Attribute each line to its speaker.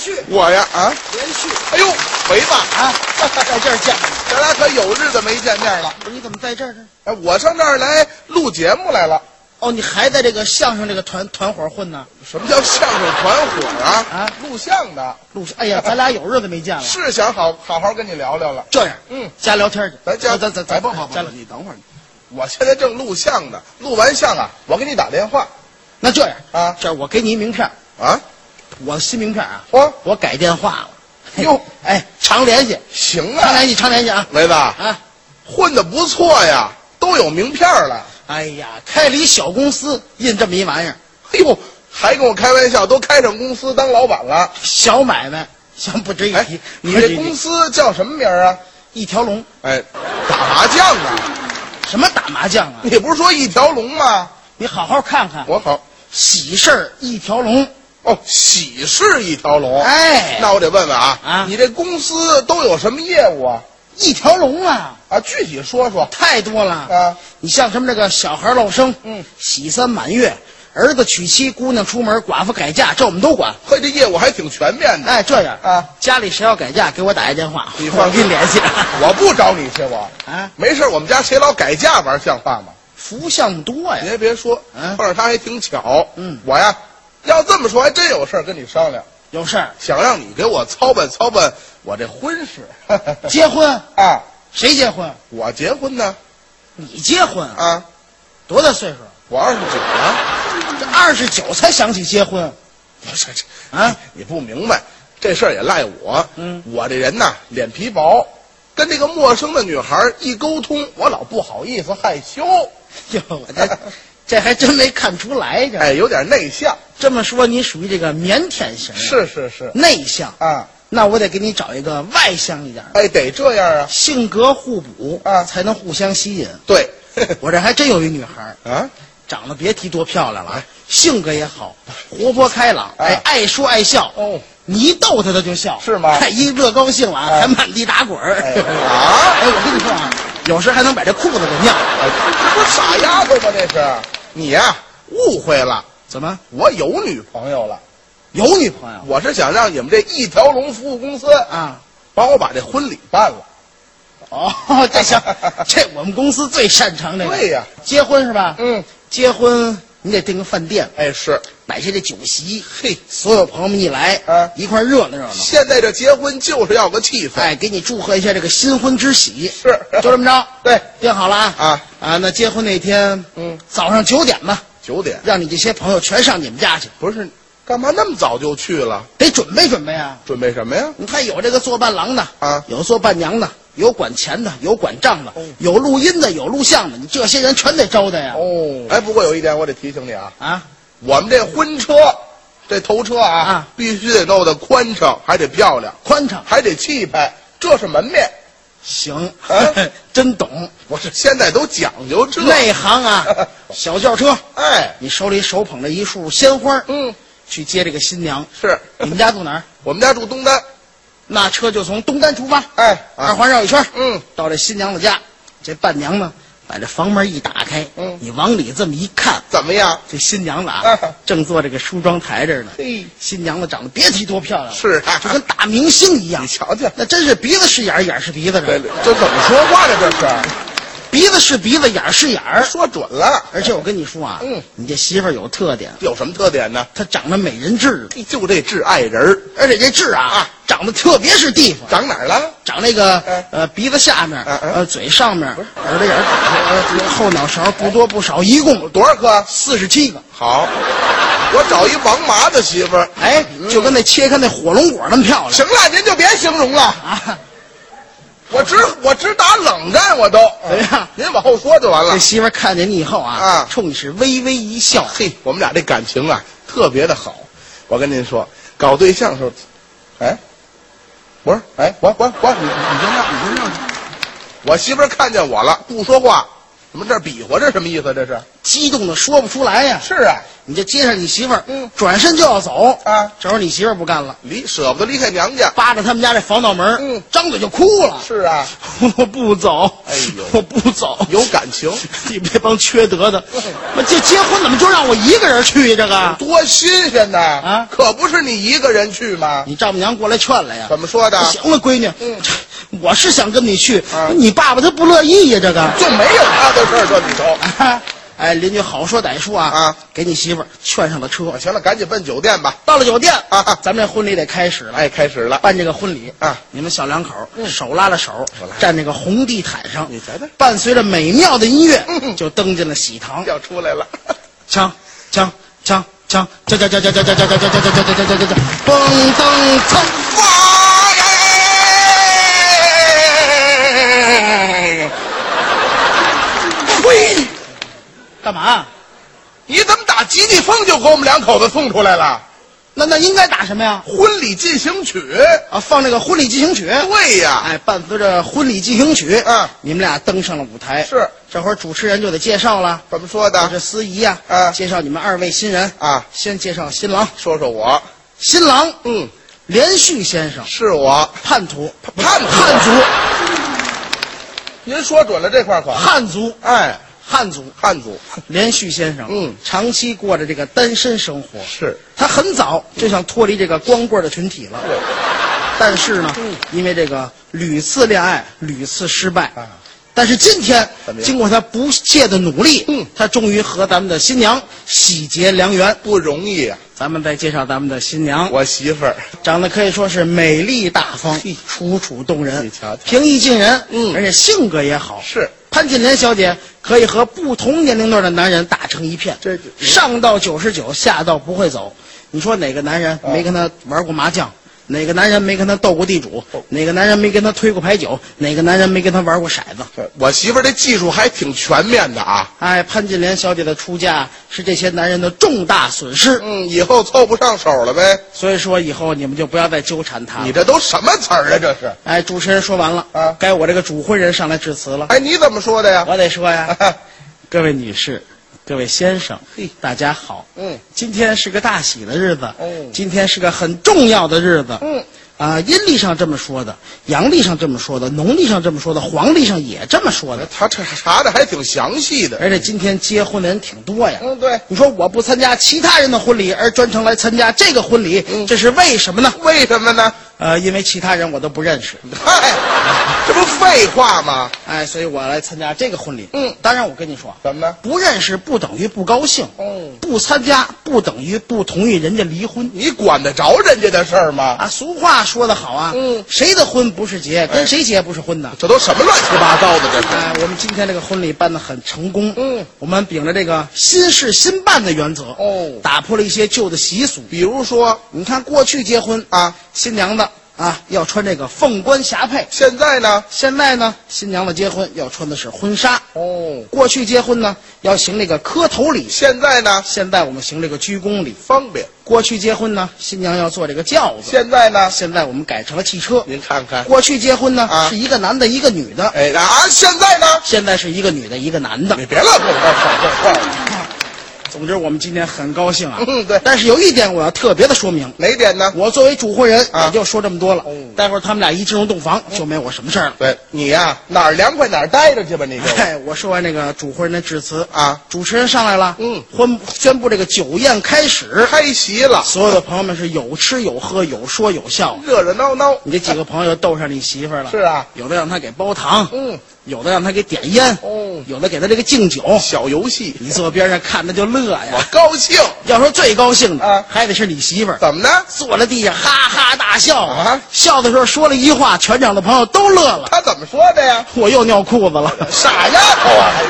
Speaker 1: 续
Speaker 2: 我呀啊，
Speaker 1: 连续，
Speaker 2: 哎呦，回吧啊，
Speaker 1: 在这儿见着
Speaker 2: 咱俩可有日子没见面了。
Speaker 1: 你，你怎么在这儿呢？
Speaker 2: 哎，我上这儿来录节目来了。
Speaker 1: 哦，你还在这个相声这个团团伙混呢？
Speaker 2: 什么叫相声团伙啊？
Speaker 1: 啊
Speaker 2: 录像的，
Speaker 1: 路上，哎呀，咱俩有日子没见了。
Speaker 2: 是想好好好跟你聊聊了。
Speaker 1: 这样，
Speaker 2: 嗯，
Speaker 1: 家聊天去。
Speaker 2: 咱家
Speaker 1: 咱咱
Speaker 2: 哎
Speaker 1: 咱
Speaker 2: 不不不
Speaker 1: 家
Speaker 2: 不
Speaker 1: 聊
Speaker 2: 你等会儿，我现在正录像呢，录完像啊，我给你打电话
Speaker 1: 那这样
Speaker 2: 啊
Speaker 1: 这样我给你一名片，
Speaker 2: 啊。
Speaker 1: 我新名片啊，
Speaker 2: 嚯，
Speaker 1: 我改电话了。
Speaker 2: 哟，
Speaker 1: 哎，常联系，
Speaker 2: 行
Speaker 1: 常
Speaker 2: 啊，
Speaker 1: 联系，常联系啊
Speaker 2: 雷子，
Speaker 1: 啊！
Speaker 2: 混的不错呀，都有名片了。
Speaker 1: 哎呀，开了一小公司，印这么一玩意儿，
Speaker 2: 哎呦，还跟我开玩笑，都开上公司当老板了。
Speaker 1: 小买卖，咱不值一
Speaker 2: 哎
Speaker 1: 提。，
Speaker 2: 你这
Speaker 1: 不值一提
Speaker 2: 公司叫什么名儿啊？
Speaker 1: 一条龙，
Speaker 2: 哎，打麻将啊？
Speaker 1: 什么打麻将啊？
Speaker 2: 你不是说一条龙吗？
Speaker 1: 你好好看看，
Speaker 2: 我好，
Speaker 1: 喜事儿一条龙。
Speaker 2: 哦，喜事一条龙。
Speaker 1: 哎，
Speaker 2: 那我得问问啊，
Speaker 1: 啊
Speaker 2: 你这公司都有什么业务啊？
Speaker 1: 一条龙啊，
Speaker 2: 啊，具体说说
Speaker 1: 太多了。
Speaker 2: 啊。
Speaker 1: 你像什么这个小孩落生，
Speaker 2: 嗯，
Speaker 1: 喜三满月，儿子娶妻，姑娘出门，寡妇改嫁，这我们都管。
Speaker 2: 嘿，这业务还挺全面的。
Speaker 1: 哎，这样
Speaker 2: 啊，
Speaker 1: 家里谁要改嫁，给我打一电话，
Speaker 2: 你放
Speaker 1: 我给你联系。
Speaker 2: 我不找你去，我
Speaker 1: 啊，
Speaker 2: 没事儿。我们家谁老改嫁玩像话吗？
Speaker 1: 服务项目多呀，
Speaker 2: 您还别说，
Speaker 1: 嗯
Speaker 2: 碰上他还挺巧。
Speaker 1: 嗯，
Speaker 2: 我呀，要这么说还真有事儿跟你商量，
Speaker 1: 有事儿
Speaker 2: 想让你给我操办操办我这婚 事。
Speaker 1: 结婚，
Speaker 2: 啊，
Speaker 1: 谁结婚？
Speaker 2: 我结婚呢
Speaker 1: 你结婚？
Speaker 2: 啊，
Speaker 1: 多大岁数？
Speaker 2: 我二十九了。
Speaker 1: 这二十九才想起结婚
Speaker 2: 不是这
Speaker 1: 啊？
Speaker 2: 你不明白，这事儿也赖我。
Speaker 1: 嗯，
Speaker 2: 我这人呐，脸皮薄，跟这个陌生的女孩一沟通，我老不好意思，害羞，
Speaker 1: 哟，我 这这还真没看出来这。
Speaker 2: 哎，有点内向。
Speaker 1: 这么说，你属于这个腼腆型，
Speaker 2: 是是是，
Speaker 1: 内向。
Speaker 2: 啊，
Speaker 1: 那我得给你找一个外向一点儿的，
Speaker 2: 哎，得这样啊。
Speaker 1: 性格互补
Speaker 2: 啊
Speaker 1: 才能互相吸引。
Speaker 2: 对，
Speaker 1: 我这还真有一女孩儿，
Speaker 2: 啊，
Speaker 1: 长得别提多漂亮了
Speaker 2: 哎
Speaker 1: 啊，性格也好，活泼开朗，哎，
Speaker 2: 啊
Speaker 1: 爱说爱笑。
Speaker 2: 哦，
Speaker 1: 你一逗她，她就笑，
Speaker 2: 是 吗
Speaker 1: 哎一乐高兴啊，
Speaker 2: 哎
Speaker 1: 还满地打滚儿。
Speaker 2: 哎
Speaker 1: 哎，我跟你说啊，有时还能把这裤子给尿了。
Speaker 2: 哎这不是傻丫头吗？这是你呀、误会了，
Speaker 1: 怎么
Speaker 2: 我有女朋友了。
Speaker 1: 有女朋友
Speaker 2: 我是想让你们这一条龙服务公司
Speaker 1: 啊？
Speaker 2: 帮我把这婚礼办了。
Speaker 1: 哦，这行，这我们公司最擅长这个。
Speaker 2: 对呀
Speaker 1: 结婚是吧？
Speaker 2: 嗯，
Speaker 1: 结婚你得订个饭店，
Speaker 2: 哎，是，
Speaker 1: 摆些这酒席，
Speaker 2: 嘿，
Speaker 1: 所有朋友们一来，
Speaker 2: 啊
Speaker 1: 一块儿热闹热闹。
Speaker 2: 现在这结婚就是要个气氛。
Speaker 1: 哎，给你祝贺一下这个新婚之喜。
Speaker 2: 是
Speaker 1: 就这么着，
Speaker 2: 对，
Speaker 1: 定好了啊
Speaker 2: 啊
Speaker 1: 啊！那结婚那天，
Speaker 2: 嗯，
Speaker 1: 早上九点吧，
Speaker 2: 九点
Speaker 1: 让你这些朋友全上你们家去，
Speaker 2: 不是，干嘛那么早就去了？
Speaker 1: 得准备准备啊！
Speaker 2: 准备什么呀？
Speaker 1: 你看有这个做伴郎的
Speaker 2: 啊
Speaker 1: 有做伴娘的，有管钱的，有管账的，有录音的，有录像的，你这些人全得招待呀、
Speaker 2: 哦，哎，不过有一点我得提醒你啊，
Speaker 1: 啊！
Speaker 2: 我们这婚车，这头车啊，
Speaker 1: 啊
Speaker 2: 必须得弄得宽敞，还得漂亮，
Speaker 1: 宽敞
Speaker 2: 还得气派，这是门面。
Speaker 1: 行
Speaker 2: 啊，
Speaker 1: 真懂
Speaker 2: 我是现在都讲究这，
Speaker 1: 内行 啊！小轿车，
Speaker 2: 哎，
Speaker 1: 你手里手捧着一束鲜花，
Speaker 2: 嗯，
Speaker 1: 去接这个新娘。
Speaker 2: 是
Speaker 1: 你们家住哪儿？
Speaker 2: 我们家住东单，
Speaker 1: 那车就从东单出发，
Speaker 2: 哎，
Speaker 1: 二环绕一圈，
Speaker 2: 嗯，
Speaker 1: 到这新娘子家，这伴娘呢，把这房门一打开，
Speaker 2: 嗯
Speaker 1: 你往里这么一看，
Speaker 2: 怎么样？
Speaker 1: 这新娘子啊，
Speaker 2: 啊嗯
Speaker 1: 正坐这个梳妆台这儿呢。
Speaker 2: 嘿，
Speaker 1: 新娘子长得别提多漂亮了，
Speaker 2: 是啊
Speaker 1: 就跟大明星一样
Speaker 2: 你，瞧瞧，
Speaker 1: 那真是鼻子是眼儿，眼儿是鼻子
Speaker 2: 这
Speaker 1: 这，
Speaker 2: 这怎么说话呢？这是
Speaker 1: 鼻子是鼻子，眼儿是眼儿。
Speaker 2: 说准了，
Speaker 1: 而且我跟你说啊，
Speaker 2: 嗯
Speaker 1: 你这媳妇儿有特点，
Speaker 2: 有什么特点呢？
Speaker 1: 她长得美人痣，
Speaker 2: 就这挚爱人儿
Speaker 1: 而且这痣啊，
Speaker 2: 啊
Speaker 1: 长得特别是地方，
Speaker 2: 长哪儿了？
Speaker 1: 长那个
Speaker 2: 哎
Speaker 1: 呃鼻子下面，
Speaker 2: 哎哎
Speaker 1: 呃嘴上面，耳朵眼儿呃这后脑勺不多不少，一共
Speaker 2: 多少颗？
Speaker 1: 四十七个。
Speaker 2: 好，我找一王麻子媳妇儿。
Speaker 1: 哎，
Speaker 2: 嗯
Speaker 1: 就跟那切开那火龙果那么漂亮
Speaker 2: 行了，您就别形容了，
Speaker 1: 啊！
Speaker 2: 我只我只打冷战，我都。
Speaker 1: 怎么样
Speaker 2: 您往后说就完了
Speaker 1: 这。媳妇儿看见你以后啊，
Speaker 2: 啊
Speaker 1: 冲你是微微一笑。
Speaker 2: 嘿，我们俩这感情啊，特别的好。我跟您说，搞对象的时候，哎，不是，哎，我我我，你你先让，你先让。我媳妇儿看见我了，不说话，怎么这比划这什么意思？这是
Speaker 1: 激动的说不出来呀。
Speaker 2: 是啊
Speaker 1: 你这接上你媳妇儿，
Speaker 2: 嗯
Speaker 1: 转身就要走，
Speaker 2: 啊，
Speaker 1: 这时候你媳妇儿不干了，
Speaker 2: 离舍不得离开娘家。
Speaker 1: 扒着他们家这防盗门，
Speaker 2: 嗯，
Speaker 1: 张嘴就哭了。
Speaker 2: 是啊，
Speaker 1: 我不走，
Speaker 2: 哎呦
Speaker 1: 我不走，
Speaker 2: 有感情，
Speaker 1: 你们这帮缺德 的，我这结婚怎么就让我一个人去呀？这个，
Speaker 2: 多新鲜呐！
Speaker 1: 啊
Speaker 2: 可不是你一个人去吗？
Speaker 1: 你丈母娘过来劝来呀。
Speaker 2: 怎么说的？
Speaker 1: 行了，闺女，我是想跟你去，
Speaker 2: 啊
Speaker 1: 你爸爸他不乐意呀。这个，
Speaker 2: 就没有他的事儿，这里头。
Speaker 1: 哎，邻居好说歹说啊，
Speaker 2: 啊，
Speaker 1: 给你媳妇儿劝上了车。
Speaker 2: 行了，赶紧奔酒店吧。
Speaker 1: 到了酒店
Speaker 2: 啊
Speaker 1: 咱们这婚礼得开始了。
Speaker 2: 哎，开始了。
Speaker 1: 办这个婚礼
Speaker 2: 啊，
Speaker 1: 你们小两口手拉着手
Speaker 2: 手拉着，
Speaker 1: 站这个红地毯上，
Speaker 2: 你瞧瞧
Speaker 1: 伴随着美妙的音乐
Speaker 2: 嗯，
Speaker 1: 就登进了喜堂。
Speaker 2: 要出来了，
Speaker 1: 锵锵锵锵锵锵锵锵锵锵锵锵锵锵锵锵锵锵锵锵，嘣噔噌，
Speaker 2: 喂，
Speaker 1: 干嘛？
Speaker 2: 你怎么打吉利风就给我们两口子送出来了？
Speaker 1: 那那应该打什么呀？
Speaker 2: 婚礼进行曲，
Speaker 1: 啊，放这个婚礼进行曲。
Speaker 2: 对呀，
Speaker 1: 哎，伴随着婚礼进行曲，
Speaker 2: 嗯
Speaker 1: 你们俩登上了舞台。
Speaker 2: 是，
Speaker 1: 这会儿主持人就得介绍了。
Speaker 2: 怎么说
Speaker 1: 我
Speaker 2: 的
Speaker 1: 这司仪呀、
Speaker 2: 啊
Speaker 1: 介绍你们二位新人。
Speaker 2: 啊？
Speaker 1: 先介绍新郎，
Speaker 2: 说说我，
Speaker 1: 新郎
Speaker 2: 嗯，
Speaker 1: 连续先生，
Speaker 2: 是我，
Speaker 1: 叛徒，
Speaker 2: 叛徒
Speaker 1: 叛族，
Speaker 2: 您说准了这块儿可，
Speaker 1: 汉族，
Speaker 2: 哎，
Speaker 1: 汉族，
Speaker 2: 汉族
Speaker 1: 连续先生，
Speaker 2: 嗯，
Speaker 1: 长期过着这个单身生活，
Speaker 2: 是，
Speaker 1: 他很早就想脱离这个光棍的群体了，
Speaker 2: 对，
Speaker 1: 但是呢
Speaker 2: 嗯，
Speaker 1: 因为这个屡次恋爱，屡次失败
Speaker 2: 啊，
Speaker 1: 但是今天
Speaker 2: 怎么样
Speaker 1: 经过他不懈的努力，
Speaker 2: 嗯，
Speaker 1: 他终于和咱们的新娘喜结良缘。
Speaker 2: 不容易啊，
Speaker 1: 咱们再介绍咱们的新娘，
Speaker 2: 我媳妇儿，
Speaker 1: 长得可以说是美丽大方
Speaker 2: 嘿，
Speaker 1: 楚楚动人
Speaker 2: 你瞧瞧，
Speaker 1: 平易近人，
Speaker 2: 嗯
Speaker 1: 而且性格也好。
Speaker 2: 是
Speaker 1: 潘金莲小姐可以和不同年龄段的男人打成一片，
Speaker 2: 这嗯
Speaker 1: 上到九十九，下到不会走。你说哪个男人
Speaker 2: 哦
Speaker 1: 没跟他玩过麻将？哪个男人没跟他斗过地主
Speaker 2: 斗？
Speaker 1: 哪个男人没跟他推过牌九？哪个男人没跟他玩过骰子？
Speaker 2: 我媳妇儿这技术还挺全面的啊，
Speaker 1: 哎，潘金莲小姐的出嫁是这些男人的重大损失，
Speaker 2: 嗯，以后凑不上手了呗。
Speaker 1: 所以说以后你们就不要再纠缠她了
Speaker 2: 你。这都什么词儿啊？这是？
Speaker 1: 哎，主持人说完了
Speaker 2: 啊
Speaker 1: 该我这个主婚人上来致辞了。
Speaker 2: 哎，你怎么说的呀？
Speaker 1: 我得说呀，各位女士，各位先生
Speaker 2: 啊嘿，
Speaker 1: 大家好。
Speaker 2: 嗯，
Speaker 1: 今天是个大喜的日子，
Speaker 2: 哦
Speaker 1: 今天是个很重要的日子。
Speaker 2: 嗯，
Speaker 1: 啊，阴历上这么说的，阳历上这么说的，农历上这么说的，黄历上也这么说的。
Speaker 2: 他这查的还挺详细的。
Speaker 1: 而且今天结婚的人挺多呀。
Speaker 2: 嗯，对，
Speaker 1: 哎你说我不参加其他人的婚礼，而专程来参加这个婚礼，
Speaker 2: 嗯
Speaker 1: 这是为什么呢？
Speaker 2: 为什么呢？
Speaker 1: 呃，因为其他人我都不认识。
Speaker 2: 嗨、这不废话吗？
Speaker 1: 哎，所以我来参加这个婚礼。
Speaker 2: 嗯，
Speaker 1: 当然我跟你说，
Speaker 2: 怎么呢？
Speaker 1: 不认识不等于不高兴，
Speaker 2: 哦
Speaker 1: 不参加不等于不同意人家离婚
Speaker 2: 你管得着人家的事儿吗？
Speaker 1: 啊。俗话说得好啊，
Speaker 2: 嗯哎
Speaker 1: 谁的婚不是结，跟谁结不是婚呢？
Speaker 2: 这都什么乱七八糟的？这是？
Speaker 1: 哎，我们今天这个婚礼办得很成功，
Speaker 2: 嗯，
Speaker 1: 我们秉着这个新事新办的原则，
Speaker 2: 哦
Speaker 1: 打破了一些旧的习俗。
Speaker 2: 比如说
Speaker 1: 你看，过去结婚，
Speaker 2: 啊，
Speaker 1: 新娘子啊要穿这个凤冠霞帔，
Speaker 2: 现在呢？
Speaker 1: 现在呢，新娘子结婚要穿的是婚纱。
Speaker 2: 哦，
Speaker 1: 过去结婚呢要行这个磕头礼，
Speaker 2: 现在呢？
Speaker 1: 现在我们行这个鞠躬礼。
Speaker 2: 方便。
Speaker 1: 过去结婚呢，新娘要坐这个轿子，
Speaker 2: 现在呢？
Speaker 1: 现在我们改成了汽车。
Speaker 2: 您看 看。
Speaker 1: 过去结婚呢、
Speaker 2: 啊
Speaker 1: 是一个男的一个女的，
Speaker 2: 哎啊！现在呢？
Speaker 1: 现在是一个女的一个男的
Speaker 2: 你。别老跟我这儿耍这话了。
Speaker 1: 总之，我们今天很高兴啊。
Speaker 2: 嗯对
Speaker 1: 但是有一点我要特别的说明，
Speaker 2: 哪点呢？
Speaker 1: 我作为主婚人
Speaker 2: 啊
Speaker 1: 也就说这么多了。
Speaker 2: 哦
Speaker 1: 待会儿他们俩一进入洞房就没我什么事儿了。
Speaker 2: 对你呀、哪儿凉快哪儿待着去吧，你给 我
Speaker 1: 哎，我说完那个主婚人的致辞，
Speaker 2: 啊！
Speaker 1: 主持人上来了，
Speaker 2: 嗯，
Speaker 1: 婚宣布这个酒宴开始，
Speaker 2: 开席了，
Speaker 1: 所有的朋友们是有吃有喝，有说有笑。
Speaker 2: 热热闹闹。
Speaker 1: 你这几个朋友逗上你媳妇儿了，
Speaker 2: 是啊，
Speaker 1: 有的让他给煲汤，
Speaker 2: 嗯，
Speaker 1: 有的让他给点烟，
Speaker 2: 哦，
Speaker 1: 有的给他这个敬酒。
Speaker 2: 小游戏，
Speaker 1: 你坐边上看着就乐
Speaker 2: 我
Speaker 1: 呀。
Speaker 2: 高兴。
Speaker 1: 要说最高兴的
Speaker 2: 啊，
Speaker 1: 还得是你媳妇儿，
Speaker 2: 怎么呢？
Speaker 1: 坐在地上哈哈大笑
Speaker 2: 啊
Speaker 1: 笑的时候说了一句话，全场的朋友都乐了，
Speaker 2: 他怎么说的呀？
Speaker 1: 我又尿裤子了。
Speaker 2: 傻丫头啊！还是